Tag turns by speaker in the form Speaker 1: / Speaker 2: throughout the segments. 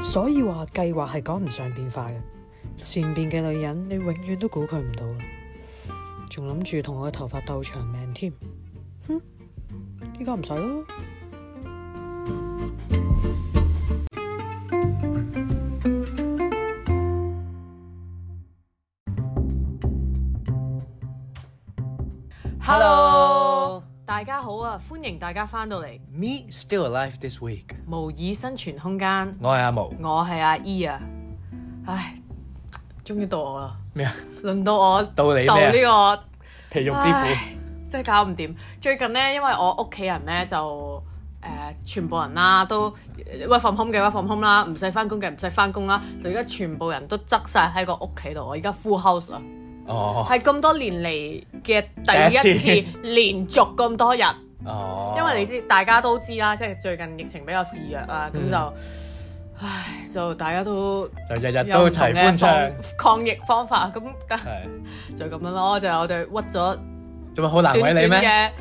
Speaker 1: 所以話計劃係趕唔上變化嘅。善變嘅女人，你永遠都估佢唔到，啊仲諗住同我嘅頭髮鬥長命添。哼，依家唔使咯。
Speaker 2: Hello，
Speaker 3: 大家好啊，歡迎大家翻到嚟
Speaker 2: me still alive this week。
Speaker 3: 模擬生存空間，
Speaker 2: 我係阿毛。
Speaker 3: 我係阿 E 啊，唉，終於到我啦，
Speaker 2: 咩啊？
Speaker 3: 輪到我
Speaker 2: 到你咩
Speaker 3: 受
Speaker 2: 啊
Speaker 3: 呢、個。
Speaker 2: 皮肉之苦
Speaker 3: 唉真係搞唔掂。最近咧，因為我屋企人咧就誒、呃全部人啦，都呃 work from home 嘅 work from home 啦，唔使翻工嘅唔使翻工啦，就而家全部人都擠晒喺個屋企度。我而家 full house 啊，
Speaker 2: 哦
Speaker 3: 係咁多年嚟嘅第一次
Speaker 2: 第一
Speaker 3: 連續咁多日，
Speaker 2: 哦，
Speaker 3: 因為你知大家都知啦，即係最近疫情比較肆虐啦，
Speaker 2: 嗯
Speaker 3: 咁就、唉就大家都
Speaker 2: 就日日
Speaker 3: 有
Speaker 2: 都
Speaker 3: 唔同
Speaker 2: 齊
Speaker 3: 嘅
Speaker 2: 歡唱，
Speaker 3: 防抗疫方法， 咁
Speaker 2: 係
Speaker 3: 就咁樣咯，就我哋屈咗。
Speaker 2: 做乜好難為你
Speaker 3: 短
Speaker 2: 咩？
Speaker 3: 短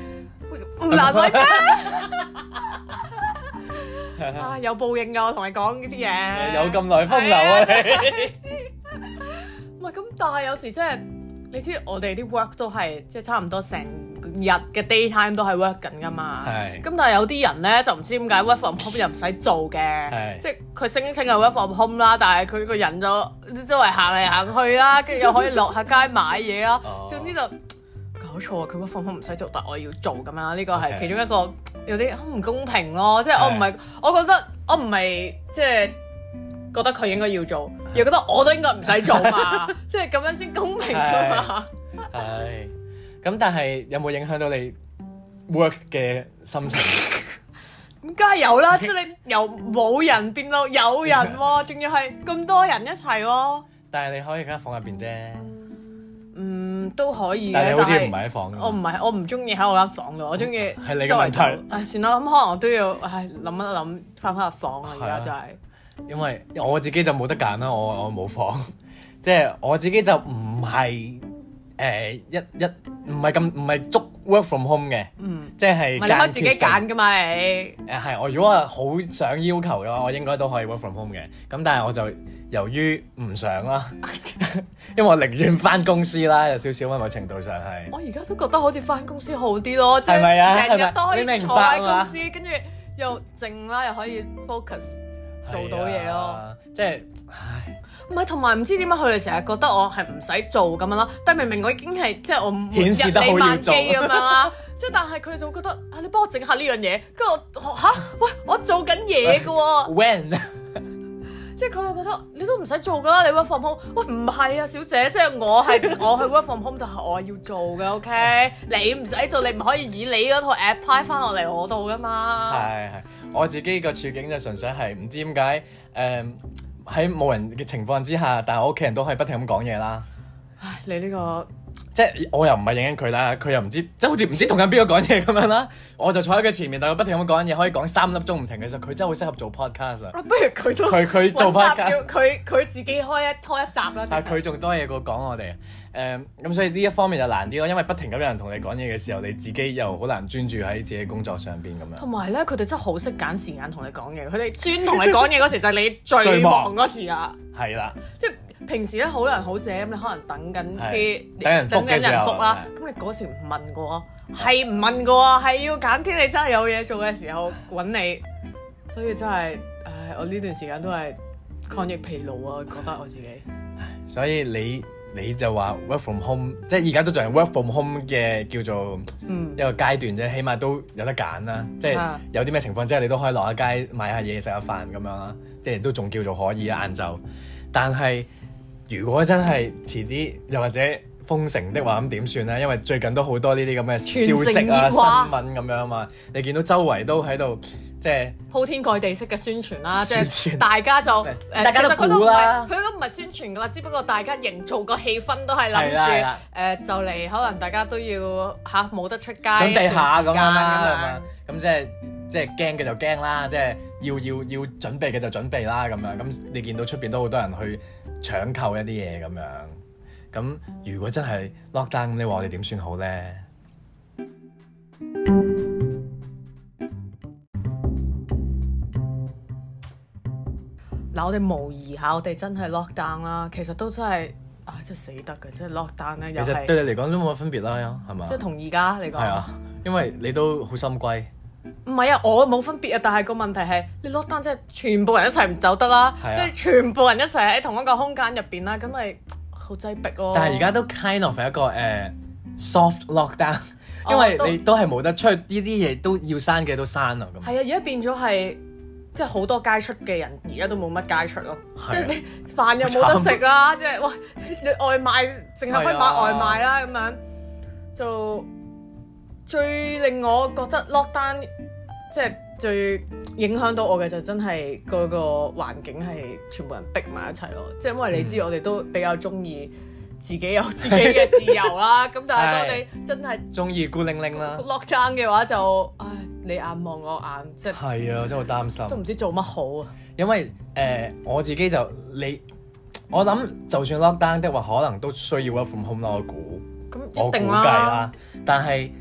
Speaker 3: 嘅，唔難為咩？啊，有報應噶，我同你講呢啲嘢。
Speaker 2: 有咁耐風流啊
Speaker 3: 係真係
Speaker 2: 你！
Speaker 3: 唔係咁，但係有時真係，你知我哋啲 work 都係即係差唔多成日嘅 daytime 都係 work 緊噶嘛。
Speaker 2: 係
Speaker 3: 咁但係有啲人咧就唔知點解 work from home 又唔使做
Speaker 2: 係
Speaker 3: 嘅，即係佢聲稱係 work from home 啦，但係佢個人就周圍行嚟行去 啦，跟住又可以落下街買嘢啦
Speaker 2: 哦，
Speaker 3: 總之就搞錯啊！佢 work from home 唔使做，但我要做咁樣啦，呢個
Speaker 2: OK
Speaker 3: 係其中一個有啲好唔公平咯，即係我唔係，我覺得我唔係即係。覺得佢應該要做，又覺得我都應該唔使做 嘛，即係咁樣先公平噶嘛。
Speaker 2: 係咁，但係有冇影響到你 work 嘅心情？
Speaker 3: 咁梗係有啦，即係你由冇人變到有人喎、 仲要係咁多人一齊喎、
Speaker 2: 但係你可以而家房入邊啫，
Speaker 3: 嗯，都可以嘅。
Speaker 2: 但係你好似
Speaker 3: 但係
Speaker 2: 唔係喺房㗎嘛。
Speaker 3: 我唔係，我唔中意喺我間房度，我中意係
Speaker 2: 你嘅問題
Speaker 3: 唉，算啦，咁可能我都要唉諗一諗，翻返入房啊，而家真係。
Speaker 2: 因為我自己就冇得揀啦，我我冇房， 即係我自己就唔係誒一一唔係咁唔係足 work from home 嘅，
Speaker 3: 嗯，
Speaker 2: 即係
Speaker 3: 唔係你可以自己
Speaker 2: 間歇性
Speaker 3: 揀噶嘛你。
Speaker 2: 誒係，我如果我好想要求嘅話，我應該都可以 work from home 嘅。咁但係我就由於唔想 啦， 因為我寧願翻公司啦，有少少啊某程度上係
Speaker 3: 我而家都覺得好似翻公司好啲咯，即
Speaker 2: 係咪啊
Speaker 3: 係成
Speaker 2: 係咪
Speaker 3: 日都可
Speaker 2: 你
Speaker 3: 以
Speaker 2: 明白
Speaker 3: 坐喺
Speaker 2: 嘛
Speaker 3: 公司，跟住又靜啦，又可以 focus 做到嘢
Speaker 2: 係
Speaker 3: 咯。
Speaker 2: 啊，即係唉
Speaker 3: 唔係，同埋唔知點解佢哋成日覺得我係唔使做咁樣啦，但明明我已經係即係我每
Speaker 2: 顯
Speaker 3: 日
Speaker 2: 示得好
Speaker 3: 理
Speaker 2: 要
Speaker 3: 萬
Speaker 2: 做
Speaker 3: 機咁樣啦， 即係但係佢哋就會覺得啊，你幫我整下呢樣嘢，跟住我嚇喂，我做緊嘢嘅喎，
Speaker 2: when
Speaker 3: 即係佢哋覺得你都唔使做㗎啦，你 work from home，喂唔係啊，小姐，即係我係 我去 work from home 就係我係要做嘅，OK，你唔使做，你唔可以以你嗰套 apply 翻落嚟我度㗎嘛，
Speaker 2: 係係，我自己個處境就純粹係唔知點解誒喺冇人嘅情況之下，但係我屋企人都係不停咁講嘢啦。
Speaker 3: 唉，你呢個。啊
Speaker 2: 即係我又唔係影緊佢啦，佢又唔知，即係好似唔知同緊邊個講嘢咁樣啦。我就坐喺佢前面，但係佢不停咁講嘢，可以講三粒鐘唔停嘅時候，佢真係好適合做 podcast 啊！
Speaker 3: 啊不如佢都
Speaker 2: 佢佢做
Speaker 3: 揾集
Speaker 2: podcast
Speaker 3: 叫佢佢自己開一開一集啦。
Speaker 2: 但係佢仲多嘢過講我哋，誒、咁所以呢一方面就難啲咯，因為不停咁有人同你講嘢嘅時候，你自己又好難專注喺自己工作上邊咁樣。
Speaker 3: 同埋咧，佢哋真係好識揀時間同你講嘢。佢哋專同你講嘢嗰時就係你
Speaker 2: 最
Speaker 3: 最
Speaker 2: 忙
Speaker 3: 忙嗰時啊！
Speaker 2: 係啦，
Speaker 3: 即係平時咧好人好姐咁，你可能等緊
Speaker 2: 係
Speaker 3: 啲
Speaker 2: 等人覆嘅時候
Speaker 3: 等緊人覆啦。
Speaker 2: 係
Speaker 3: 咁你嗰時唔問過，係唔問過，係要揀啲你真係有嘢做嘅時候揾你。所以真係，唉！我呢段時間都係抗疫疲勞啊，覺得我自己。
Speaker 2: 所以你你就話 work from home，即係而家都仲係 work from home 嘅叫做
Speaker 3: 嗯
Speaker 2: 一個階段啫，起碼都有得揀啦。即係
Speaker 3: 啊
Speaker 2: 有啲咩情況之下，你都可以落下街買下嘢食下飯咁樣啦，即係都仲叫做可以啊晏晝。但係如果真係遲啲，又或者封城的話，咁點算呢？因為最近都好多呢啲咁嘅消息
Speaker 3: 全
Speaker 2: 啊、
Speaker 3: 城熱
Speaker 2: 新
Speaker 3: 話
Speaker 2: 聞咁樣嘛，你見到周圍都喺度即係
Speaker 3: 鋪天蓋地式嘅宣傳啦，即
Speaker 2: 宣傳
Speaker 3: 係大家就
Speaker 2: 係
Speaker 3: 誒
Speaker 2: 大家都
Speaker 3: 其實佢唔係
Speaker 2: 估啦
Speaker 3: 佢都唔係宣傳㗎啦，只不過大家營造個氣氛都係諗
Speaker 2: 係啦係啦
Speaker 3: 住誒就嚟，可能大家都要吓冇得出街，
Speaker 2: 準備下
Speaker 3: 一段時
Speaker 2: 咁樣
Speaker 3: 間啊
Speaker 2: 啦，係嘛？咁即係即係驚嘅就驚啦，即係要要要準備嘅就準備啦，咁樣咁你見到出邊都好多人去搶購一啲嘢咁樣，咁如果真係 lock down，咁你話我哋點算好咧？
Speaker 3: 嗱，但我哋模擬下，我哋真係 lock down 啦，其實都真係啊，真係死得嘅，即係 lock down 咧，
Speaker 2: 其
Speaker 3: 又
Speaker 2: 實
Speaker 3: 係
Speaker 2: 對你嚟講都冇乜分別啦，係嘛
Speaker 3: 即係？同而家嚟
Speaker 2: 係
Speaker 3: 講，
Speaker 2: 啊，因為你都好心歸，
Speaker 3: 唔係啊，我冇分別啊，但係個問題係你 lock down 即係全部人一齊唔走得啦，
Speaker 2: 係啊
Speaker 3: 跟住全部人一齊喺同一個空間入邊啦，咁咪好擠迫咯。
Speaker 2: 但係而家都 kind of 係一個誒、呃 soft lockdown，
Speaker 3: 哦
Speaker 2: 因為
Speaker 3: 都
Speaker 2: 你都係冇得出去，呢啲嘢都要刪嘅都刪啦咁。
Speaker 3: 係啊，而家變咗係即係好多街出嘅人，而家都冇乜街出咯。即
Speaker 2: 係啊
Speaker 3: 係
Speaker 2: 嗯
Speaker 3: 你飯又冇得食啦，即係喂你外賣淨係可以買
Speaker 2: 係啊
Speaker 3: 外賣啦咁樣，就最令我覺得 lock down 即係最影響到我嘅就真係嗰個環境係全部人逼埋一齊咯。即係因為你知我哋都比較中意自己有自己嘅自由啦，咁但係當
Speaker 2: 係
Speaker 3: 你真係
Speaker 2: 中意孤零零啦，
Speaker 3: lock down 嘅話就唉你眼望我眼，即係。
Speaker 2: 係啊，真係好擔心
Speaker 3: 都。唔知做乜好啊！
Speaker 2: 因為誒、呃我自己就你，我諗就算 lockdown 的話，可能都需要 work from home 啦。我估，
Speaker 3: 咁
Speaker 2: 我
Speaker 3: 一
Speaker 2: 估
Speaker 3: 定
Speaker 2: 計啦。但係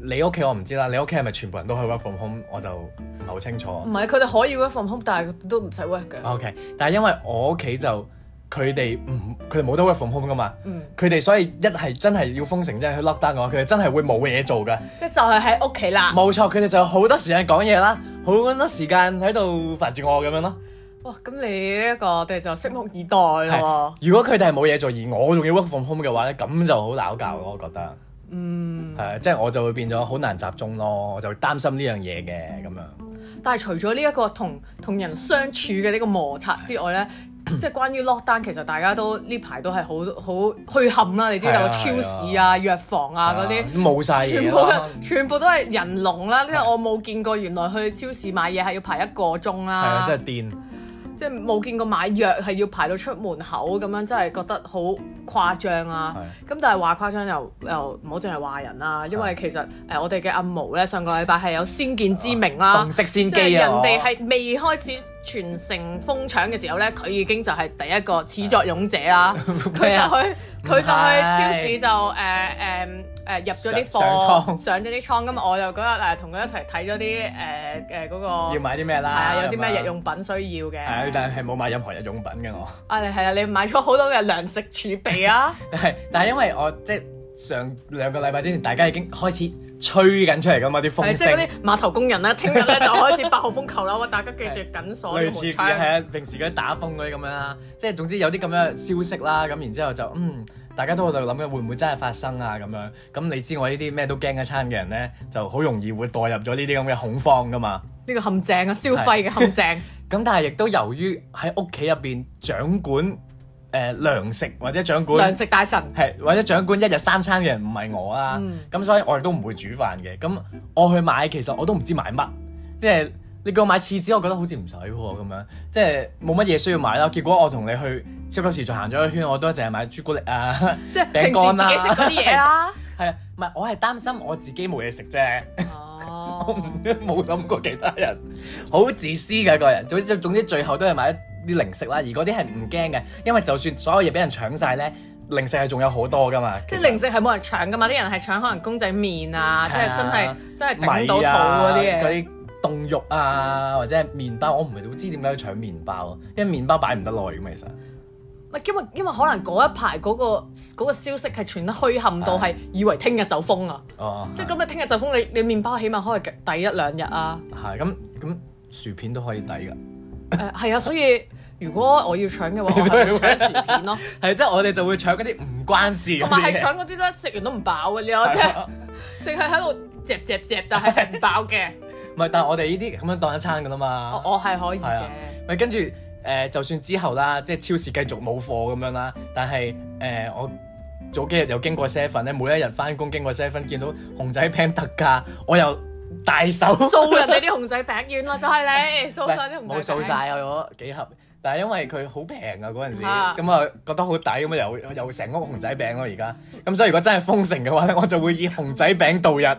Speaker 2: 你屋企我唔知啦，你屋企係咪全部人都去 work from home？我就唔係好清楚。
Speaker 3: 唔係佢哋可以 work from home，但係都唔使 work 嘅。
Speaker 2: OK，但係因為我屋企就佢哋唔，佢哋冇得 work from home 噶嘛。
Speaker 3: 嗯，
Speaker 2: 佢哋所以一係真係要封城，一係去 lockdown 嘅話，佢哋真係會冇嘢做㗎。
Speaker 3: 即係就係喺屋企啦。
Speaker 2: 冇錯，佢哋就有好多時間講嘢啦，好多時間喺度煩住我咁樣咯。
Speaker 3: 哇！咁你呢一個我哋就拭目以待咯。
Speaker 2: 如果佢哋係冇嘢做，而我仲要 work from home 嘅話咧，咁就好鬧交咯，我覺得。
Speaker 3: 嗯，
Speaker 2: 係啊，即係我就會變咗好難集中咯，我就擔心呢樣嘢嘅咁樣。
Speaker 3: 但係除咗呢一個同同人相處嘅呢個摩擦之外 咧，即係關於 lockdown，其實大家都呢排都係好好虛冚啦。你知
Speaker 2: 係
Speaker 3: 道
Speaker 2: 啊
Speaker 3: 超市啊、藥房啊嗰啲。
Speaker 2: 冇晒
Speaker 3: 全
Speaker 2: 嘢啊
Speaker 3: 部
Speaker 2: 啦，
Speaker 3: 全部都係人龍啦，因為我冇見過原來去超市買嘢係要排一個鐘
Speaker 2: 係
Speaker 3: 啦。
Speaker 2: 啊，真係癲。
Speaker 3: 即係冇見過買藥係要排到出門口咁樣，真係覺得好誇張啊！咁但係話誇張又又唔好淨係話人啦，因為其實誒、呃我哋嘅阿毛咧上個禮拜係有先見之明啦，
Speaker 2: 洞悉先
Speaker 3: 即係
Speaker 2: 機
Speaker 3: 人
Speaker 2: 啊！
Speaker 3: 哋係未開始全城封搶嘅時候咧，佢已經就係第一個始作俑者啦。佢
Speaker 2: 咩啊
Speaker 3: 就去佢就去超市
Speaker 2: 係
Speaker 3: 就誒誒誒入咗啲
Speaker 2: 上上
Speaker 3: 貨，上咗啲倉。咁我就嗰日誒呃同佢一齊睇咗啲誒誒嗰個
Speaker 2: 我要
Speaker 3: 係
Speaker 2: 買啲咩啦？
Speaker 3: 啊有啲
Speaker 2: 咁
Speaker 3: 咩
Speaker 2: 樣
Speaker 3: 日？用品需要嘅。
Speaker 2: 係，啊但係冇買任何日用品嘅我。
Speaker 3: 啊，你係啊，你買咗好多嘅糧食儲備 啊，
Speaker 2: 係，但係因為我即係上兩個禮拜之前，大家已經開始吹緊出嚟㗎嘛啲
Speaker 3: 係啊
Speaker 2: 風
Speaker 3: 即係嗰
Speaker 2: 聲
Speaker 3: 啲，碼頭工人咧， 聽日咧就開始八號風球啦，哇！大家記住緊鎖
Speaker 2: 啊類
Speaker 3: 啲門
Speaker 2: 似
Speaker 3: 窗。
Speaker 2: 係啊，平時嗰啲打風嗰啲咁樣啦，即係總之有啲咁樣嘅消息啦，咁然之後就嗯。大家都喺度諗緊會唔會真係發生啊咁樣，咁你知我呢啲咩都驚一餐嘅人咧，就好容易會代入咗呢啲咁嘅恐慌噶嘛。
Speaker 3: 呢個陷阱啊，消費嘅陷阱。
Speaker 2: 咁但係亦都由於喺屋企入邊掌管誒、呃、糧食或者掌 管
Speaker 3: 糧食大神，
Speaker 2: 係或者掌管一日三餐嘅人唔係我啦，
Speaker 3: 嗯
Speaker 2: 咁、所以我亦都唔會煮飯嘅。咁我去買其實我都唔知買乜，即係你叫我買廁紙，我覺得好似唔使喎咁樣，即係冇乜嘢需要買啦。結果我同你去超級市場行咗一圈，我都淨係買朱古力啊，
Speaker 3: 即係平
Speaker 2: 餅乾
Speaker 3: 時自
Speaker 2: 啦
Speaker 3: 己食嗰啲嘢 啦。
Speaker 2: 係啊，唔係我係擔心我自己冇嘢食啫，啊我
Speaker 3: 哦，
Speaker 2: 唔 冇諗過其他人，好自私嘅一個人。總之總之最後都係買一啲零食啦，而嗰啲係唔驚嘅，因為就算所有嘢俾人搶晒咧，零食係仲有好多噶嘛。
Speaker 3: 即
Speaker 2: 其
Speaker 3: 係
Speaker 2: 實
Speaker 3: 零食係冇人搶噶嘛，啲人係搶可能公仔麵啊，即
Speaker 2: 係
Speaker 3: 係
Speaker 2: 啊
Speaker 3: 真係真係頂到
Speaker 2: 米啊
Speaker 3: 肚嗰啲
Speaker 2: 嗰
Speaker 3: 嘢。
Speaker 2: 啲凍肉啊，或者係麵包，我唔係好知點解要搶麵包啊，因為麵包擺唔得耐咁其實。
Speaker 3: 唔係因為因為可能嗰一排嗰個嗰個消息係傳得虛冚
Speaker 2: 啊
Speaker 3: 到係以為聽日就封啊，
Speaker 2: 哦，
Speaker 3: 即係咁你聽日就封，你你麵包起碼可以抵一兩日 啊。
Speaker 2: 係咁咁薯片都可以抵㗎，
Speaker 3: 誒係啊，所以如果我要搶 嘅話，我係會搶薯片咯，
Speaker 2: 係即係我哋就會搶嗰啲唔關事嗰
Speaker 3: 同埋
Speaker 2: 啲
Speaker 3: 係
Speaker 2: 嘢。
Speaker 3: 搶嗰啲咧食完都唔飽嘅，你話即係
Speaker 2: 係啊
Speaker 3: 淨係喺度嚼嚼嚼，但係係唔飽嘅，
Speaker 2: 唔係，但係我哋呢啲咁樣當一餐㗎啦嘛。
Speaker 3: 我我係可以
Speaker 2: 係
Speaker 3: 嘅
Speaker 2: 啊。咪跟住誒，就算之後啦，即係超市繼續冇貨咁樣啦，但係誒、呃我早幾日又經過 seven 咧，每一日翻工經過 seven 見到熊仔餅特價，我又大手
Speaker 3: 掃人哋啲熊仔餅丸啦，就 係你掃晒啲
Speaker 2: 唔係
Speaker 3: 熊仔餅。
Speaker 2: 冇掃晒啊！我幾盒，但係因為佢好平啊嗰陣時，
Speaker 3: 啊
Speaker 2: 咁啊覺得好抵咁啊，又又成屋熊仔餅咯而家。咁所以如果真係封城嘅話咧， 我就會以熊仔餅度日。
Speaker 3: 哦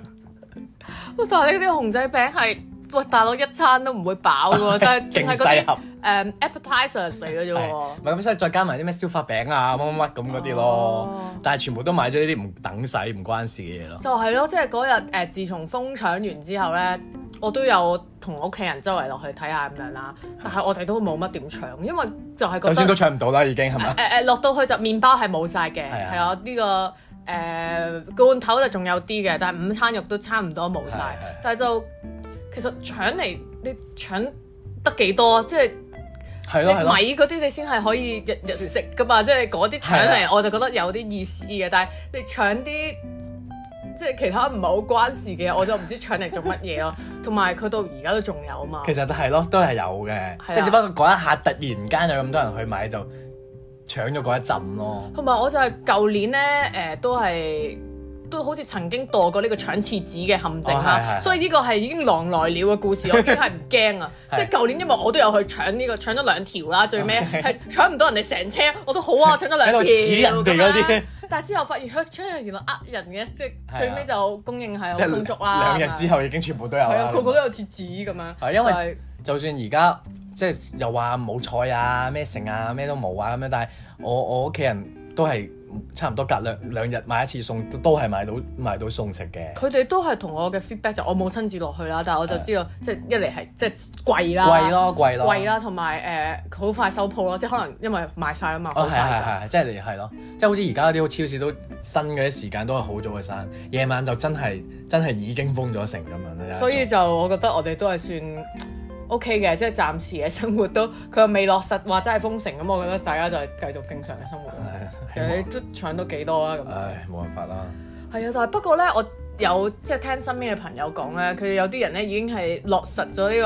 Speaker 3: 哇！但係你啲熊仔餅係。喂，大佬一餐都唔會飽嘅 喎，真係淨
Speaker 2: 勁
Speaker 3: 係
Speaker 2: 細
Speaker 3: 嗰啲
Speaker 2: 盒
Speaker 3: 誒 appetizers 嚟嘅啫
Speaker 2: 係
Speaker 3: 喎
Speaker 2: 唔。係咁，所以再加埋啲咩消化餅啊乜乜乜咁嗰啲咯
Speaker 3: 哦。
Speaker 2: 但係全部都買咗呢啲唔等使唔關事嘅嘢咯。
Speaker 3: 就係咯，即係嗰日誒，自從封搶完之後咧，我都有同我屋企人周圍落去睇下咁樣啦。但係我哋都冇乜點搶，因為就係覺
Speaker 2: 首
Speaker 3: 得
Speaker 2: 先都唱唔到啦，已經係嘛
Speaker 3: 誒？誒落到去就麵包係冇晒嘅，
Speaker 2: 係啊
Speaker 3: 係啊呢個誒罐頭就仲有啲嘅，但係午餐肉都差唔多冇晒
Speaker 2: 係係。
Speaker 3: 但係就其實搶嚟你搶得幾多？即係
Speaker 2: 係
Speaker 3: 你
Speaker 2: 咯係咯，
Speaker 3: 米嗰啲你先係可以日日食噶嘛，即係嗰啲搶
Speaker 2: 係啊
Speaker 3: 嚟我就覺得有啲意思嘅，但係你搶啲即係其他唔係好關事嘅，我就唔知搶嚟做乜嘢咯。同埋佢到而家都仲有嘛，
Speaker 2: 其實都係咯，都係有嘅，
Speaker 3: 係
Speaker 2: 即
Speaker 3: 啊
Speaker 2: 係只不過嗰一下突然間有咁多人去買就搶咗嗰一陣咯。
Speaker 3: 同埋我就係舊年咧，誒、都係都好似曾經墮過呢個搶廁紙嘅陷阱
Speaker 2: 哦係
Speaker 3: 啦，
Speaker 2: 係
Speaker 3: 所以呢個係已經狼來了嘅故事，我已經係唔驚啊！即係舊年因為我都有去搶呢、個，搶咗兩條啦，最 尾
Speaker 2: OK
Speaker 3: 係搶唔到人哋成車，我都好啊，我搶咗兩
Speaker 2: 喺度指人
Speaker 3: 條
Speaker 2: 哋嗰啲
Speaker 3: 咁樣但係之後發現，搶人原來呃人嘅，即
Speaker 2: 係啊
Speaker 3: 係最尾就供應係
Speaker 2: 即
Speaker 3: 好充足啦。
Speaker 2: 係啊兩日之
Speaker 3: 後，
Speaker 2: 後已經全部都有
Speaker 3: 係
Speaker 2: 啦
Speaker 3: 啊，。個個都有廁紙咁樣。
Speaker 2: 係因為
Speaker 3: 就係
Speaker 2: 就算而家即係又話冇菜啊、咩剩啊、咩都冇啊咁樣，但係我我屋企人都係差唔多隔兩兩日買一次餸，都都係買到買到餸食嘅。
Speaker 3: 佢哋都係同我嘅 feedback 就我冇親自落去啦，但係我就知道，即係一嚟係即係貴啦，
Speaker 2: 貴咯，貴咯，
Speaker 3: 貴！啦，同埋誒好快收鋪咯，即係可能因為賣晒啊嘛，好
Speaker 2: 哦，係係
Speaker 3: 快
Speaker 2: 係，即係你係咯，即係好似而家嗰啲超市都新嗰啲時間都係好早嘅閂，夜晚就真係真係已經封咗城咁樣啦。有一
Speaker 3: 就
Speaker 2: 種
Speaker 3: 所以就我覺得我哋都係算 OK 嘅，即係暫時嘅生活都 佢又未落實話真係封城咁，我覺得大家就係繼續正常嘅生活咯。
Speaker 2: 唉
Speaker 3: 其實你都搶到幾多啊咁樣？
Speaker 2: 唉，冇辦法啦。
Speaker 3: 係啊，但係不過咧，我有即係聽身邊嘅朋友講
Speaker 2: 嗯
Speaker 3: 咧，佢哋有啲人咧已經係落實咗呢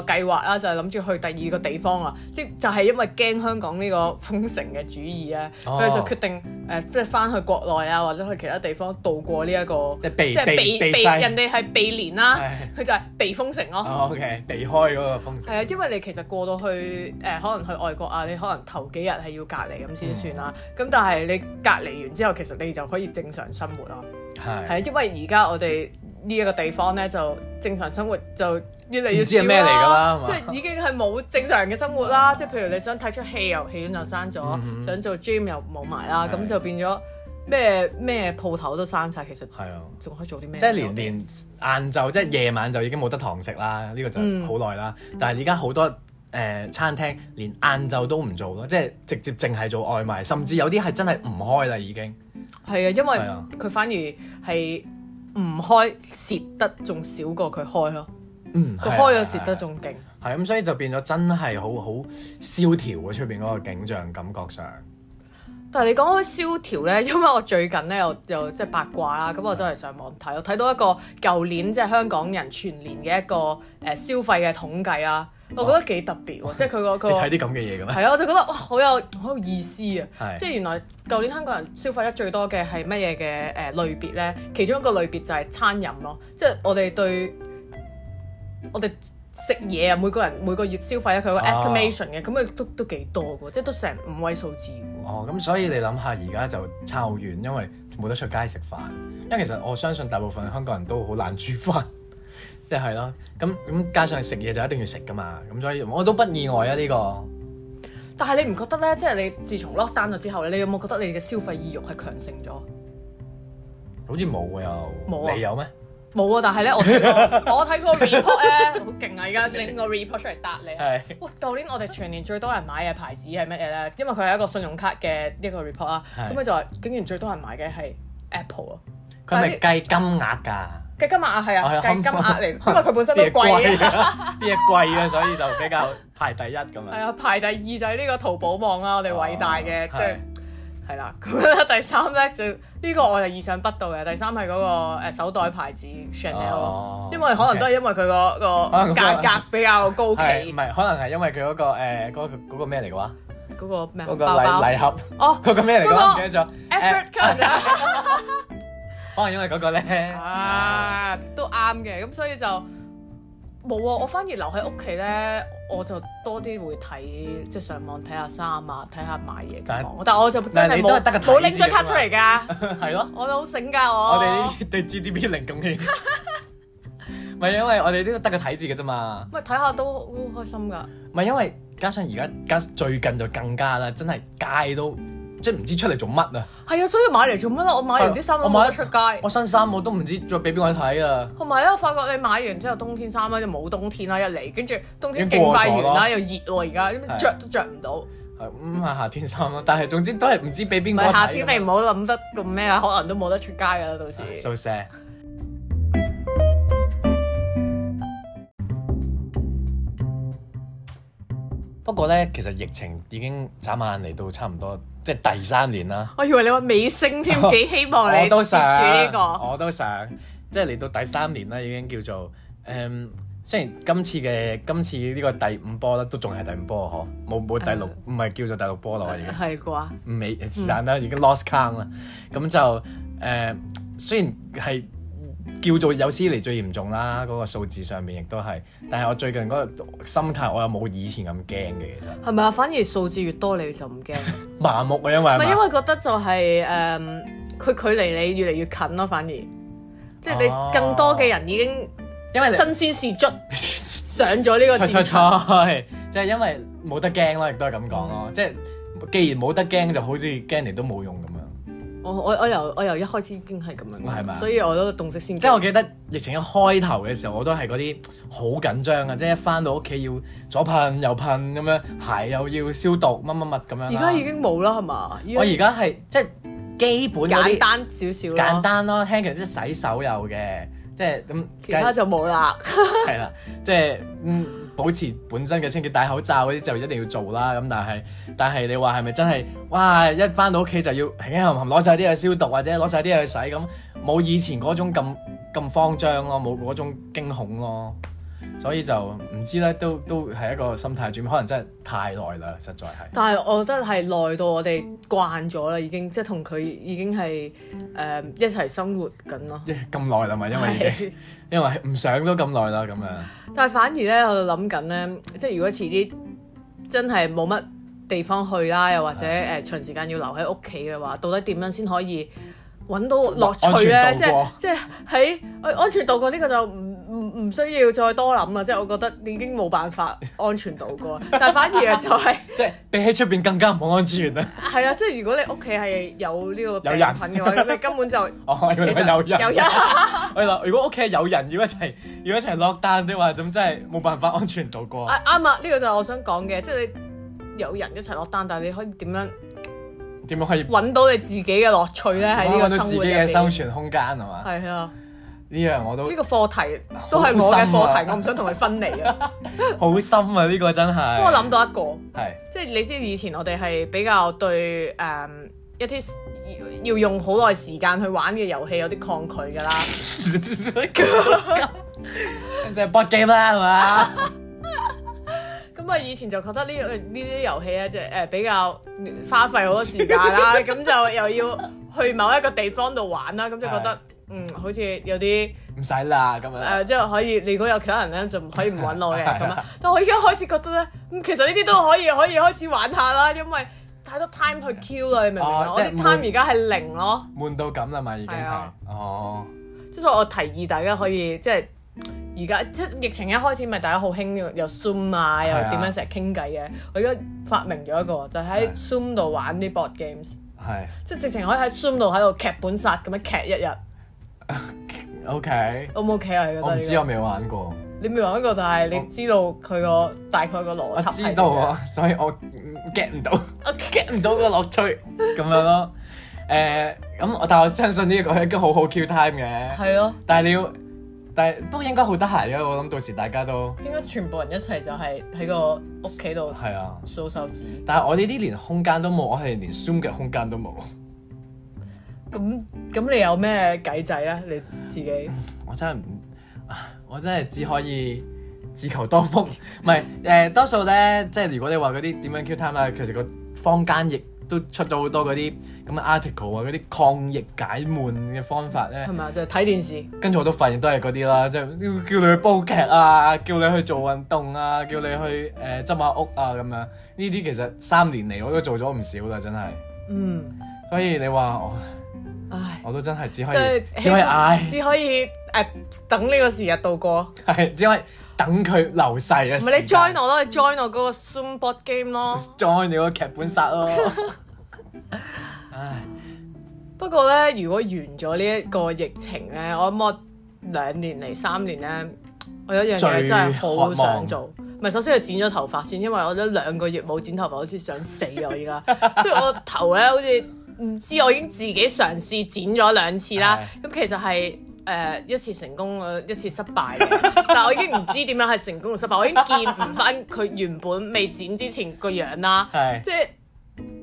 Speaker 3: 個計劃啦，就係諗住去第二個地方啊，即係就係因為驚香港呢個封城嘅主意咧，
Speaker 2: 哦
Speaker 3: 佢哋、就決定誒、呃即係翻去國內啊，或者去其他地方度過呢、一個
Speaker 2: 即係避
Speaker 3: 係
Speaker 2: 避
Speaker 3: 避
Speaker 2: 避世
Speaker 3: 人哋係避年啦，
Speaker 2: 係
Speaker 3: 佢就係避封城咯。
Speaker 2: 哦，OK，避開嗰個封城。
Speaker 3: 係啊，因為你其實過到去誒、呃可能去外國啊，你可能頭幾日係要隔離咁先算啦。
Speaker 2: 嗯
Speaker 3: 咁、但係你隔離完之後，其實你就可以正常生活咯。
Speaker 2: 係。
Speaker 3: 係因為而家我哋呢一個地方咧，就正常生活就越嚟越
Speaker 2: 唔知係
Speaker 3: 少
Speaker 2: 咩嚟㗎啦係嘛
Speaker 3: 即係已經係冇正常嘅生活 啦。即係譬如你想睇出戲又戲院又閂咗，
Speaker 2: 嗯
Speaker 3: 想做 gym 又冇埋啦，
Speaker 2: 係
Speaker 3: 咁就變咗咩咩鋪頭都閂晒。其實
Speaker 2: 係啊。
Speaker 3: 仲可以做啲咩？
Speaker 2: 即係連連晏晝即係夜晚就已經冇得堂食啦，呢、個就
Speaker 3: 嗯
Speaker 2: 好耐啦。但係而家好多誒、呃餐廳連晏晝都唔做咯，即係直接淨係做外賣，甚至有啲係真係唔開啦已經。
Speaker 3: 係啊，因為
Speaker 2: 係啊
Speaker 3: 佢反而係唔開蝕得仲少過佢開咯，
Speaker 2: 嗯，
Speaker 3: 佢
Speaker 2: 係啊
Speaker 3: 開咗蝕得。仲勁。
Speaker 2: 係啊係啊咁，所以就變咗真係好好蕭條嘅出邊嗰個景象感覺上。
Speaker 3: 但係你講開蕭條咧，因為我最近 咧又又即係八卦啦，咁我真係上網睇，我睇到一個舊年即係香港人全年嘅一個誒、呃消費嘅統計啦，我覺得幾特別喎，即係佢個佢
Speaker 2: 哦你
Speaker 3: 個
Speaker 2: 睇啲咁嘅嘢嘅咩？
Speaker 3: 係啊，我就覺得哇好有好有意思啊！
Speaker 2: 係
Speaker 3: 即係原來舊年香港人消費得最多嘅係乜嘢嘅誒類別咧？其中一個類別就係餐飲咯，即係我哋對我哋。食嘢啊，每個人每個月消費咧，佢有個
Speaker 2: 哦
Speaker 3: estimation 嘅，咁佢都都幾多喎，即係都成五位數字喎。
Speaker 2: 哦，咁所以你諗下，而家就差好遠，因為冇得出街食飯。因為其實我相信大部分香港人都好懶煮飯， 即係係咯。咁咁加上食嘢就一定要食噶嘛，咁所以我都不意外啊呢、個。
Speaker 3: 但係你唔覺得咧？即係你自從 lock down 咗之後咧，你有冇覺得你嘅消費意欲係強盛咗？
Speaker 2: 好似冇喎又，
Speaker 3: 冇啊
Speaker 2: 你有咩？
Speaker 3: 冇啊！但係咧，我睇過我睇過 report 咧，好勁啊！而家拎個 report 出嚟答你啊。
Speaker 2: 係
Speaker 3: 哇！舊年我哋全年最多人買嘅牌子係乜嘢咧？因為佢係一個信用卡嘅一個 report 啦。
Speaker 2: 係
Speaker 3: 咁佢就話，竟然最多人買嘅係 Apple 啊！
Speaker 2: 佢係咪計金額㗎？
Speaker 3: 嘅金額啊，係
Speaker 2: 我
Speaker 3: 啊，
Speaker 2: 有
Speaker 3: 計
Speaker 2: 諗
Speaker 3: 金
Speaker 2: 過
Speaker 3: 額嚟，因為佢本身都
Speaker 2: 啲嘢
Speaker 3: 貴啊。
Speaker 2: 啊， 啲嘢貴啊，所以就比較排第一咁樣。
Speaker 3: 係啊，排第二就係呢個淘寶網啦，我哋偉大嘅
Speaker 2: 哦
Speaker 3: 即係
Speaker 2: 係
Speaker 3: 係啦。咁咧 第三咧就呢個我就意想不到嘅，第三係嗰個呃手袋牌子 Chanel
Speaker 2: 嗯哦
Speaker 3: 咯，啊因為可能都係因為佢個
Speaker 2: 可
Speaker 3: 個
Speaker 2: 能佢
Speaker 3: 價格比較高企，
Speaker 2: 啊係唔係？可能係因為佢嗰個誒嗰個嗰個咩嚟嘅話？
Speaker 3: 嗰個咩包
Speaker 2: 嗰個禮
Speaker 3: 啊包
Speaker 2: 禮盒，
Speaker 3: 哦
Speaker 2: 嗰個咩嚟嘅話？
Speaker 3: 嗰
Speaker 2: 唔
Speaker 3: 個
Speaker 2: 記得咗。
Speaker 3: ，effort 㗎
Speaker 2: 可能因為嗰個咧。
Speaker 3: 啊，都啱嘅，咁所以就冇啊！我反而留喺屋企咧，我就多啲會睇，即係上網睇下衫啊，睇下買嘢
Speaker 2: 但
Speaker 3: 嘅
Speaker 2: 係
Speaker 3: 網。但我就真
Speaker 2: 但係
Speaker 3: 係
Speaker 2: 你都係
Speaker 3: 冇
Speaker 2: 得個睇字
Speaker 3: 冇拎張卡
Speaker 2: 㗎嘛
Speaker 3: 出嚟㗎。
Speaker 2: 係咯，
Speaker 3: 我都好醒㗎，我
Speaker 2: 我哋呢啲對 GDP 零貢 獻，唔係因為我哋呢個得個睇字嘅啫嘛，
Speaker 3: 啊咪睇下都好開心㗎。
Speaker 2: 唔係因為加上而家加最近就更加啦，真係街都即係唔知出嚟做乜啊！
Speaker 3: 係啊，所以買嚟做乜咧？我買完啲衫都
Speaker 2: 我買
Speaker 3: 冇得出街。
Speaker 2: 我新衫我都唔知着俾邊個睇啊！
Speaker 3: 同埋咧，我發覺你買完之後，冬天衫咧就冇冬天啦，一嚟跟住冬天
Speaker 2: 已經
Speaker 3: 勁
Speaker 2: 過
Speaker 3: 快完
Speaker 2: 咗啦
Speaker 3: 啦，又熱喎而家，
Speaker 2: 係
Speaker 3: 咁着都着唔到。
Speaker 2: 係咁啊係夏天衫啦，但係總之都係唔知俾邊
Speaker 3: 唔
Speaker 2: 個睇㗎啊
Speaker 3: 係
Speaker 2: 嘛。
Speaker 3: 夏天你唔好諗得咁咩啊，可能都冇得出街噶啦，到時。
Speaker 2: So sad。不過咧，其實疫情已經眨眼嚟到差唔多，即係第三年啦。
Speaker 3: 我以為你話尾聲添， 幾希望哦你
Speaker 2: 我都
Speaker 3: 接住
Speaker 2: 想，
Speaker 3: 呢個。
Speaker 2: 我都想，即係嚟到第三年啦，已經叫做誒、嗯雖然今次嘅今次呢個第五波啦，都仲係第五波啊嗬，冇冇第六，
Speaker 3: 嗯
Speaker 2: 唔係叫做第六波啦，我而家。
Speaker 3: 係啩？
Speaker 2: 未是但啦，已經 lost count 啦。咁就誒、呃，雖然係叫做有史以嚟最嚴重啦，嗰、個數字上面亦都係，但係我最近嗰個心態，我又冇以前咁驚嘅，其實
Speaker 3: 係咪啊？反而數字越多你就唔驚，唔
Speaker 2: 麻木啊，因為係
Speaker 3: 係
Speaker 2: 嘛
Speaker 3: 因為覺得就係、誒，佢、距離你越嚟越近咯，反而即係
Speaker 2: 哦
Speaker 3: 你更多嘅人已經
Speaker 2: 因為你
Speaker 3: 新鮮事卒 上咗呢個
Speaker 2: 錯錯
Speaker 3: 戰場。
Speaker 2: 錯，即係因為冇得驚啦，亦都係咁講咯，即係既然冇得驚，就好似驚嚟都冇用咁樣。
Speaker 3: 我我我由我由一開始已經係咁
Speaker 2: 係
Speaker 3: 樣
Speaker 2: 咪啊
Speaker 3: 嘅，所以我都洞悉先機。
Speaker 2: 即係我記得疫情一開頭嘅時候，我都係嗰啲好緊張啊嘅，即係一翻到屋企要左噴右噴咁樣，鞋又要消毒乜乜乜咁樣啦。
Speaker 3: 而家已經冇啦，係嘛？
Speaker 2: 我而家係即係基本嗰
Speaker 3: 簡
Speaker 2: 啲
Speaker 3: 單少少啦，
Speaker 2: 簡單咯，聽其實即係洗手有嘅，即係咁
Speaker 3: 其他就冇啦。
Speaker 2: 係啦，即係嗯保持本身嘅清潔，戴口罩嗰啲就一定要做啦。咁但係但係你話係咪真係哇一翻到屋企就要 輕輕含含攞晒啲嘢消毒或者攞晒啲嘢去洗咁，冇以前嗰種咁咁慌張咯，冇嗰種驚恐咯。所以就唔知咧，都都係一個心態轉變，可能真係太耐啦，實在 係。
Speaker 3: 但係我覺得係耐到我哋慣咗啦，已經即係同佢已經係誒、一齊生活緊咯。
Speaker 2: 即係咁耐啦嘛，因為已經。
Speaker 3: 係
Speaker 2: 因為唔想都咁耐啦，咁樣
Speaker 3: 但係反而咧，我就諗緊咧，即係如果遲啲真係冇乜地方去啦，又或者誒、呃長時間要留喺屋企嘅話，到底點樣先可以揾到樂趣咧
Speaker 2: 安？
Speaker 3: 即
Speaker 2: 全度
Speaker 3: 係
Speaker 2: 過
Speaker 3: 即係喺哎安全度過呢個就唔唔唔需要再多諗啦。啊即係我覺得已經冇辦法安全度 過，但係反而啊就係、
Speaker 2: 即係比起出邊更加唔安全啊！
Speaker 3: 係啊，即係如果你屋企係有呢個病
Speaker 2: 有人
Speaker 3: 菌嘅話，咁你根本 就
Speaker 2: 哦，
Speaker 3: 其
Speaker 2: 原來
Speaker 3: 實
Speaker 2: 有人，
Speaker 3: 有人
Speaker 2: 係啦。如果屋企有人要一齊 要一齊落單的話，咁真係冇辦法安全度過。
Speaker 3: 啊啱啊！呢個就係我想講嘅，即係你有人一齊落單，但係你可以點樣
Speaker 2: 點樣可以
Speaker 3: 揾到你自己嘅樂趣咧？喺呢
Speaker 2: 揾
Speaker 3: 個
Speaker 2: 到自
Speaker 3: 生
Speaker 2: 己
Speaker 3: 活入
Speaker 2: 嘅生
Speaker 3: 邊，
Speaker 2: 存空間係嘛？
Speaker 3: 係啊，
Speaker 2: 呢樣我都
Speaker 3: 呢個課題都係我嘅
Speaker 2: 好深
Speaker 3: 課
Speaker 2: 啊
Speaker 3: 題，我唔想同佢分離啊！
Speaker 2: 好深啊！呢個真
Speaker 3: 不過我
Speaker 2: 係
Speaker 3: 諗到一個，
Speaker 2: 係
Speaker 3: 即係你知以前我哋係比較對誒、嗯一啲要用好耐時間去玩嘅遊戲有啲抗拒㗎啦。
Speaker 2: 即係 board game 啦，係嘛？
Speaker 3: 咁啊，以前就覺得呢呢啲遊戲咧，即係誒比較花費好多時間 啦，咁就又要去某一個地方度玩啦，咁就覺
Speaker 2: 係
Speaker 3: 得嗯好似有啲
Speaker 2: 唔使啦，咁樣
Speaker 3: 誒，呃即係可以你如果有其他人咧，就唔可以唔揾我嘅咁啊。但我而家開始覺得咧，嗯其實呢啲都可以 可以開始玩下啦，因為太多 time 去 kill 啦，你明唔明啊？
Speaker 2: 哦
Speaker 3: 我
Speaker 2: 即
Speaker 3: 啲
Speaker 2: 係
Speaker 3: time 而家係零咯，
Speaker 2: 悶到咁啦嘛，已經
Speaker 3: 係
Speaker 2: 係
Speaker 3: 啊
Speaker 2: 哦。
Speaker 3: 即係所以我提議大家可以即係。而家即係疫情一開始，咪大家好興又 Zoom 啊，又
Speaker 2: 係啊
Speaker 3: 點樣成日傾偈嘅。我而家發明咗一個，就喺
Speaker 2: 係
Speaker 3: Zoom 度玩啲 board games，
Speaker 2: 係
Speaker 3: 即係直情可以喺 Zoom 度喺度劇本殺咁樣劇一日
Speaker 2: ，OK，
Speaker 3: ，O 唔 OK 啊？你覺得
Speaker 2: 我唔知
Speaker 3: 呢
Speaker 2: 我未玩過。
Speaker 3: 個你未玩過，但係你知道佢個大概個邏
Speaker 2: 我
Speaker 3: 輯係
Speaker 2: 知
Speaker 3: 點
Speaker 2: 道
Speaker 3: 樣
Speaker 2: 啊，所以我嗯 get 唔到
Speaker 3: OK
Speaker 2: ，get 唔到個樂趣咁樣咯。誒，咁我但係我相信呢一個係一個好好 Q time 嘅，
Speaker 3: 係咯，
Speaker 2: 但係你要，但係不過應該好得閒嘅，我諗到時大家都
Speaker 3: 應該全部人一齊就係喺個屋企度
Speaker 2: 係啊。
Speaker 3: 數手指。
Speaker 2: 但係我呢啲連空間都冇，我係連 Zoom 嘅空間都冇，
Speaker 3: 咁咁你有咩計仔咧？你自己
Speaker 2: 我真係唔，啊我真係只可以 自求多福。唔係誒，多數咧，即係如果你話嗰啲點樣 Q time 啊，其實個坊間亦都出咗好多嗰啲咁嘅 article 啊，嗰啲抗疫解悶嘅方法咧
Speaker 3: 係。咪啊？就係睇電視。
Speaker 2: 跟住我都發現都係嗰啲啦，即係要叫你去煲劇啊，叫你去做運動啊，叫你去誒執下屋啊咁樣。呢啲其實三年嚟我都做咗唔少啦，真係。
Speaker 3: 嗯，
Speaker 2: 所以你話我
Speaker 3: 唉。
Speaker 2: 我都真係只可
Speaker 3: 即係
Speaker 2: 以只可以嗌，
Speaker 3: 只可以誒、等呢個時日度過。
Speaker 2: 係只可以等佢流逝嘅
Speaker 3: 唔
Speaker 2: 時間。
Speaker 3: 係你 join 我咯，你 join 我嗰個 Zoom board game 咯。
Speaker 2: join 你個劇本殺咯。唉，
Speaker 3: 不過咧，如果完咗呢一個疫情咧，我諗我兩年嚟三年咧，我有一樣嘢真係好想做。唔係，首先係剪咗頭髮先，因為我覺得兩個月冇剪頭髮，好似想死啊！我依家，即係我頭咧，好似唔知我已經自己嘗試剪咗兩次啦。咁其實係誒、呃一次成功，呃一次失敗嘅。 但係我已經唔知點樣係成功同失敗，我已經見唔翻佢原本未剪之前個樣 啦。
Speaker 2: 係
Speaker 3: 即係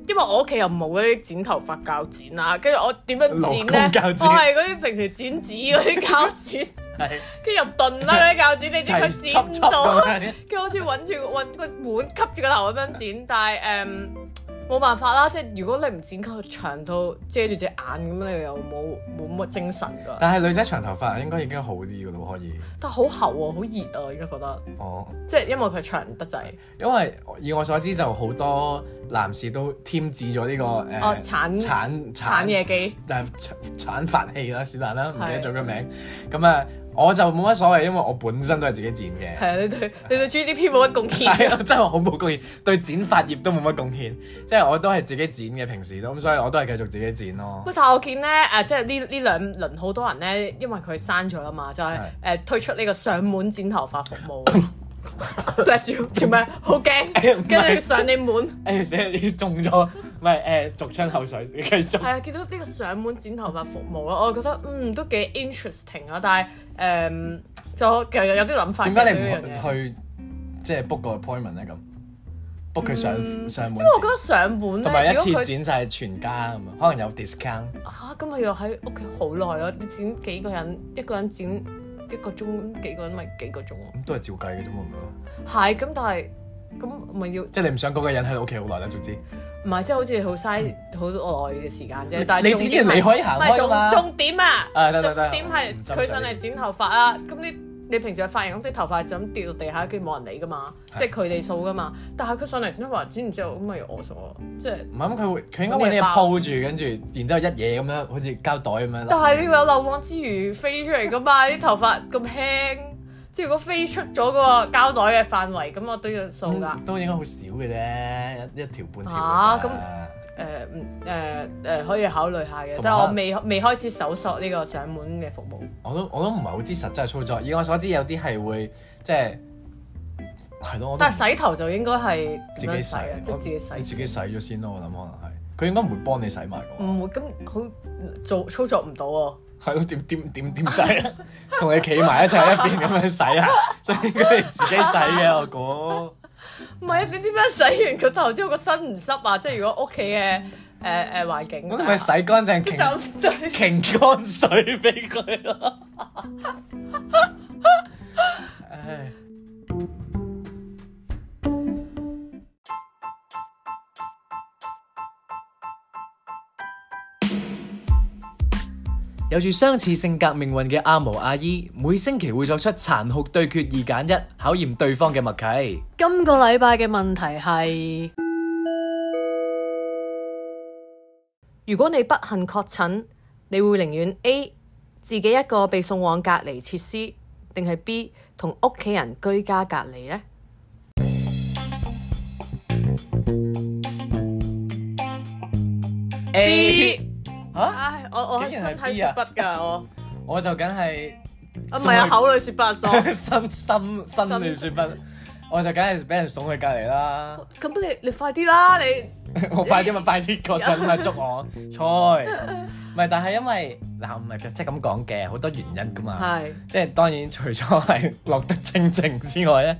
Speaker 3: 因為我屋企又冇嗰啲剪頭髮鉸剪啦，跟住我點樣剪
Speaker 2: 勞工
Speaker 3: 咧
Speaker 2: 鉸？
Speaker 3: 我
Speaker 2: 剪
Speaker 3: 係嗰啲平時剪紙嗰啲鉸剪，
Speaker 2: 係
Speaker 3: 跟住又鈍啦嗰啲鉸剪，你知佢
Speaker 2: 齊輯
Speaker 3: 剪唔
Speaker 2: 輯
Speaker 3: 到，啊
Speaker 2: 咁樣，
Speaker 3: 跟住好似揾住揾個碗吸住個頭咁樣剪，但係誒。冇辦法啦，即係如果你唔剪佢長到遮住隻眼咁，你又冇冇乜精神 㗎。
Speaker 2: 但係女仔長頭髮應該已經好啲嘅咯，可以。
Speaker 3: 但係好厚喎、好熱啊！我而家覺得，
Speaker 2: 哦，
Speaker 3: 即係因為佢長得滯，
Speaker 2: 因為以我所知就好多男士都添置咗呢個誒
Speaker 3: 哦鏟
Speaker 2: 鏟
Speaker 3: 鏟嘢機。
Speaker 2: 但係產發氣啦，是但啦，唔記得咗個名。咁啊，我就冇乜所謂，因為我本身都係自己剪嘅。
Speaker 3: 係啊，你對你對 GDP 冇乜貢獻
Speaker 2: 係
Speaker 3: 啊。
Speaker 2: 啊，真係好冇貢獻，對剪髮業都冇乜貢獻，即係我都係自己剪嘅，平時都咁，所以我都係繼續自己 剪咯。
Speaker 3: 喂，但係我見咧誒、即係呢呢兩輪好多人咧，因為佢刪咗啦嘛，就係、誒
Speaker 2: 係、
Speaker 3: 推出呢個上門剪頭髮服務。Bless you，做咩？好
Speaker 2: 哎誒唔
Speaker 3: 驚，
Speaker 2: 係
Speaker 3: 跟住上你門。
Speaker 2: 誒，死啦！你中咗，唔係誒，逐親口水，繼續
Speaker 3: 係啊，見到呢個上門剪頭髮服務咯，我覺得嗯都幾 interesting 啊，但係誒、就其實有啲諗法嘅
Speaker 2: 點解你
Speaker 3: 對呢樣嘢
Speaker 2: 唔去即係 book 個 appointment 咧？咁 book 佢上上
Speaker 3: 嗯因
Speaker 2: 門
Speaker 3: 為我覺
Speaker 2: 剪，
Speaker 3: 得上門
Speaker 2: 同埋
Speaker 3: 咧，如
Speaker 2: 一
Speaker 3: 果
Speaker 2: 次
Speaker 3: 佢
Speaker 2: 剪晒全家咁啊樣，可能有 discount。
Speaker 3: 嚇咁咪又喺屋企好耐咯，你剪幾個人，一個人剪一個鐘，幾個人咪幾個鐘咯。
Speaker 2: 咁都係照計嘅啫嘛，唔係咯
Speaker 3: 係咁，但係咁咪要。
Speaker 2: 即係你唔想嗰個人喺屋企好耐啦，總之。
Speaker 3: 唔係，即係好似好嘥好耐嘅時間啫
Speaker 2: 你。
Speaker 3: 但係
Speaker 2: 你
Speaker 3: 重
Speaker 2: 自己
Speaker 3: 點係
Speaker 2: 你可以行
Speaker 3: 唔係
Speaker 2: 開㗎嘛
Speaker 3: 重重點啊，
Speaker 2: 啊得得
Speaker 3: 重
Speaker 2: 得
Speaker 3: 點
Speaker 2: 我唔
Speaker 3: 係
Speaker 2: 執
Speaker 3: 佢
Speaker 2: 水
Speaker 3: 上嚟剪頭髮啊。咁你你平時嘅髮型咁啲頭髮就咁掉到地下，跟住冇人理㗎嘛，
Speaker 2: 係
Speaker 3: 即係佢哋掃㗎嘛。但係佢上嚟剪頭髮，剪完之後咁咪我掃咯，即 係。
Speaker 2: 唔係咁，佢會佢應該揾啲嘢鋪住，跟住然之後一嘢咁樣，好似膠袋咁樣。
Speaker 3: 但係你有漏網之魚飛出嚟㗎嘛？啲頭髮咁輕，即係如果飛出咗個膠袋嘅範圍，咁我都要掃㗎。
Speaker 2: 嗯都應該好少嘅啫，一一條半條
Speaker 3: 啊
Speaker 2: 嘅
Speaker 3: 咁
Speaker 2: 咋。
Speaker 3: 誒唔誒誒可以考慮下嘅，
Speaker 2: 嗯同埋
Speaker 3: 但係
Speaker 2: 可
Speaker 3: 我
Speaker 2: 能
Speaker 3: 未未開始搜索呢個上門嘅服務。
Speaker 2: 我都我都唔係好知實際嘅操作，以我所知有啲係會即係係咯，我都
Speaker 3: 但係洗頭就應該係
Speaker 2: 自
Speaker 3: 點樣
Speaker 2: 己
Speaker 3: 洗
Speaker 2: 洗
Speaker 3: 啊？，即係
Speaker 2: 我
Speaker 3: 自己洗，
Speaker 2: 你自己洗咗先咯，我諗可能係佢應該唔會幫你洗埋嘅 喎。
Speaker 3: 唔會咁好做操作唔到喎。
Speaker 2: 係咯，點點點點洗啊？同你企埋一齊一邊咁樣洗啊，所以應該係自己洗嘅我估。
Speaker 3: 唔係啊，你點樣洗完個頭之後個身唔濕啊？即係如果屋企 嘅誒誒環境，
Speaker 2: 咁你咪洗乾淨，
Speaker 3: 即
Speaker 2: 擎
Speaker 3: 就對
Speaker 2: 擎乾水俾佢咯。唉有住相似性格命運嘅阿毛阿姨，每星期會作出殘酷對決二揀一，考驗對方嘅默契。
Speaker 3: 今個禮拜嘅問題係：如果你不幸確診，你會寧願 A 自己一個被送往隔離設施，定係 B 同屋企人居家隔離呢？B
Speaker 2: 啊，
Speaker 3: 唉，我我喺
Speaker 2: 竟然
Speaker 3: 身
Speaker 2: 係
Speaker 3: 體
Speaker 2: B
Speaker 3: 雪
Speaker 2: 啊
Speaker 3: 筆㗎，我
Speaker 2: 我就梗係
Speaker 3: 啊唔係啊，
Speaker 2: 送去
Speaker 3: 口裏雪筆啊，sorry
Speaker 2: 心心心亂雪不，我就梗係俾人送去隔離啦。
Speaker 3: 咁你你快啲啦，你
Speaker 2: 我快啲咪快啲確診啦， 捉我菜。唔係，但係因為嗱唔係嘅，即係咁講嘅，好多原因噶嘛。
Speaker 3: 係
Speaker 2: 即係當然除咗係落得清靜之外咧，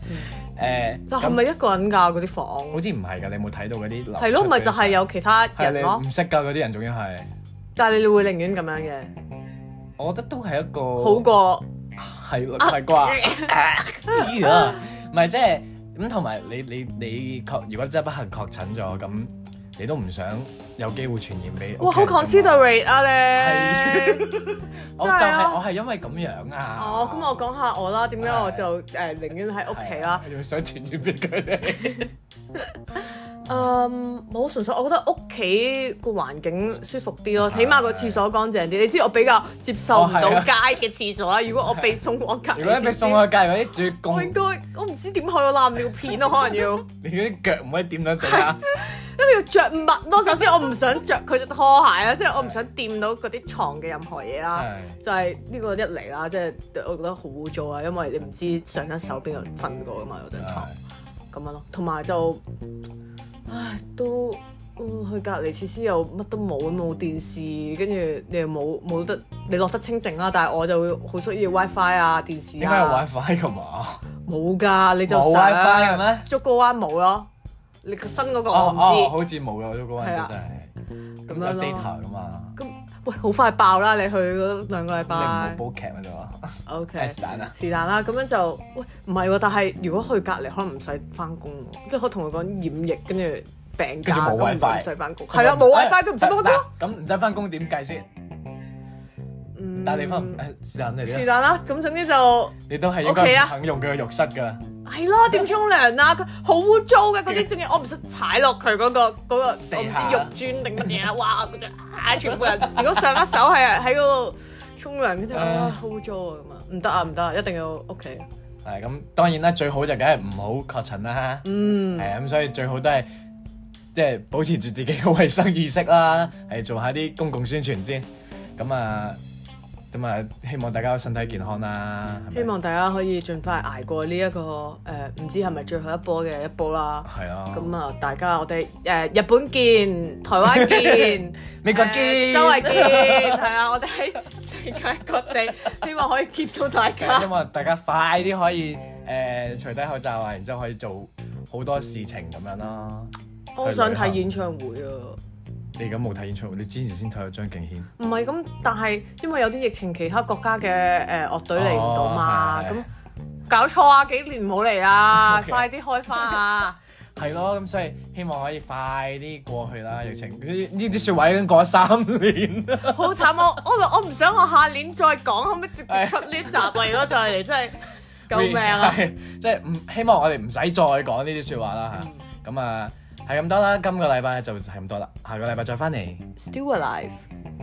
Speaker 2: 誒
Speaker 3: 但係
Speaker 2: 咁
Speaker 3: 咪一個人㗎嗰啲房？
Speaker 2: 好似唔係㗎，你有冇睇到嗰啲流
Speaker 3: 係咯，
Speaker 2: 出
Speaker 3: 咪
Speaker 2: 嘅
Speaker 3: 就係有其他
Speaker 2: 係
Speaker 3: 人咯
Speaker 2: 你唔，識㗎嗰啲人，仲要係
Speaker 3: 但係你會寧願咁樣嘅，
Speaker 2: 我覺得都係一個
Speaker 3: 好過
Speaker 2: 係咯，唔係啩？啲啊，唔係即係咁，同埋你你你確，如果真係不幸確診咗，咁你都唔想有機會傳染俾
Speaker 3: 哇
Speaker 2: 屋企
Speaker 3: 好
Speaker 2: 人㗎嘛
Speaker 3: considerate 啊你。
Speaker 2: 我就
Speaker 3: 真係啊
Speaker 2: 係我係因為咁樣啊。
Speaker 3: 哦，咁我講下我啦，點解我就誒寧願喺屋企啦？
Speaker 2: 係啊，仲想傳染俾佢 哋。
Speaker 3: 嗯，冇純粹，我覺得屋企個環境舒服啲咯，起碼個廁所乾淨啲。你知我比較接受唔到
Speaker 2: 哦
Speaker 3: 街嘅廁所啦。如果我被送往隔離
Speaker 2: 如果
Speaker 3: 設
Speaker 2: 你
Speaker 3: 施，
Speaker 2: 俾送去隔離嗰啲，仲要
Speaker 3: 我應
Speaker 2: 共
Speaker 3: 啊該我唔知點去，我攬你個片咯，可能要。
Speaker 2: 你嗰啲腳唔可以掂到地啊。
Speaker 3: 跟住要着襪咯。首先我唔想着佢只拖鞋啦，即係我唔想掂到嗰啲床嘅任何嘢啦。
Speaker 2: 係
Speaker 3: 就係呢個一嚟啦，即係我覺得好污糟啊，因為你唔知上一手邊個瞓過噶嘛，有張
Speaker 2: 啊
Speaker 3: 床咁樣咯。同埋就唉，都嗯去隔離設施又乜都冇，冇電視，跟住你又冇冇得你落得清靜啦。但係我就會好需要 WiFi 啊、電視
Speaker 2: 點解有
Speaker 3: 啊，
Speaker 2: WiFi 噶嘛？
Speaker 3: 冇㗎，你就
Speaker 2: 冇 WiFi 嘅咩
Speaker 3: 竹篙灣冇咯，你個新嗰個我
Speaker 2: 哦
Speaker 3: 唔
Speaker 2: 哦，
Speaker 3: 知。
Speaker 2: 好似冇咗嗰個
Speaker 3: 係啊
Speaker 2: 人真係，
Speaker 3: 咁樣
Speaker 2: 咁有
Speaker 3: 咯
Speaker 2: data 噶嘛？
Speaker 3: 咁喂，好快爆啦！你去嗰兩個禮
Speaker 2: 你唔好
Speaker 3: 拜。
Speaker 2: 煲劇啊就話，
Speaker 3: O K，
Speaker 2: 係是但啦
Speaker 3: 是但啦，咁樣就喂唔係喎，但係如果去隔離可能唔使翻工喎，即係可以同佢講染疫，跟住病假
Speaker 2: 跟住冇
Speaker 3: 咁
Speaker 2: WiFi 哎
Speaker 3: 唔使翻工，係啊冇 WiFi 佢唔使翻工咯，
Speaker 2: 嗱咁唔使翻工點計先？
Speaker 3: 嗯
Speaker 2: 但係你翻唔誒是但你
Speaker 3: 是
Speaker 2: 咧，
Speaker 3: 但啦，咁總之就
Speaker 2: 你都係應
Speaker 3: OK
Speaker 2: 該
Speaker 3: 啊
Speaker 2: 唔肯用佢嘅浴室㗎。
Speaker 3: 係咯，點沖涼啊？佢好污糟嘅嗰啲，仲要我唔想踩落佢嗰個嗰個我唔知
Speaker 2: 地
Speaker 3: 肉
Speaker 2: 下
Speaker 3: 磚定乜嘢啦，哇！嗰啲啊全部人如果上一手係喺嗰度沖涼，
Speaker 2: 哎
Speaker 3: 跟住啊好污糟啊咁啊，唔得啊唔得啊，一定要屋企，
Speaker 2: 係咁，當然啦，最好就梗係唔好確診啦。
Speaker 3: 嗯
Speaker 2: 係啊，咁所以最好都係即係保持住自己嘅衞生意識啦， 係做下啲公共宣傳先。咁啊，咁啊，希望大家身體健康啦。係咪
Speaker 3: 希望大家可以盡快捱過呢、一個誒，呃唔、知係咪最後一波嘅一波啦。
Speaker 2: 係啊。
Speaker 3: 咁啊，大家我哋誒、呃日本見，台灣見，
Speaker 2: 美國
Speaker 3: 呃
Speaker 2: 見
Speaker 3: 周圍見，係啊！我哋喺世界各 地，希望可以見到大
Speaker 2: 希
Speaker 3: 家。
Speaker 2: 望大家快啲可以誒除低口罩啊，然之後可以做好多事情咁樣啦。
Speaker 3: 我好想睇演唱會啊！
Speaker 2: 你而家冇睇演唱會，你之前先睇咗張敬
Speaker 3: 唔
Speaker 2: 軒。
Speaker 3: 係咁，但係因為有啲疫情，其他國家嘅誒、呃、樂隊嚟唔到嘛，
Speaker 2: 哦
Speaker 3: 咁、
Speaker 2: 係
Speaker 3: 搞錯啊！幾年冇嚟 啦，
Speaker 2: OK
Speaker 3: 快啲開翻啊！
Speaker 2: 係咯，咁所以希望可以快啲過去啦，疫情呢呢啲説話已經過咗三年啦。
Speaker 3: 好慘，我我我唔想我下年再講，可唔可以直接出呢集嚟咯？就係真係救命 啊！
Speaker 2: 係！即係唔希望我哋唔使再講呢啲説話啦
Speaker 3: 嗯
Speaker 2: 嚇。咁啊係咁多啦，今個禮拜就係咁多啦，下個禮拜再翻嚟。
Speaker 3: Still alive.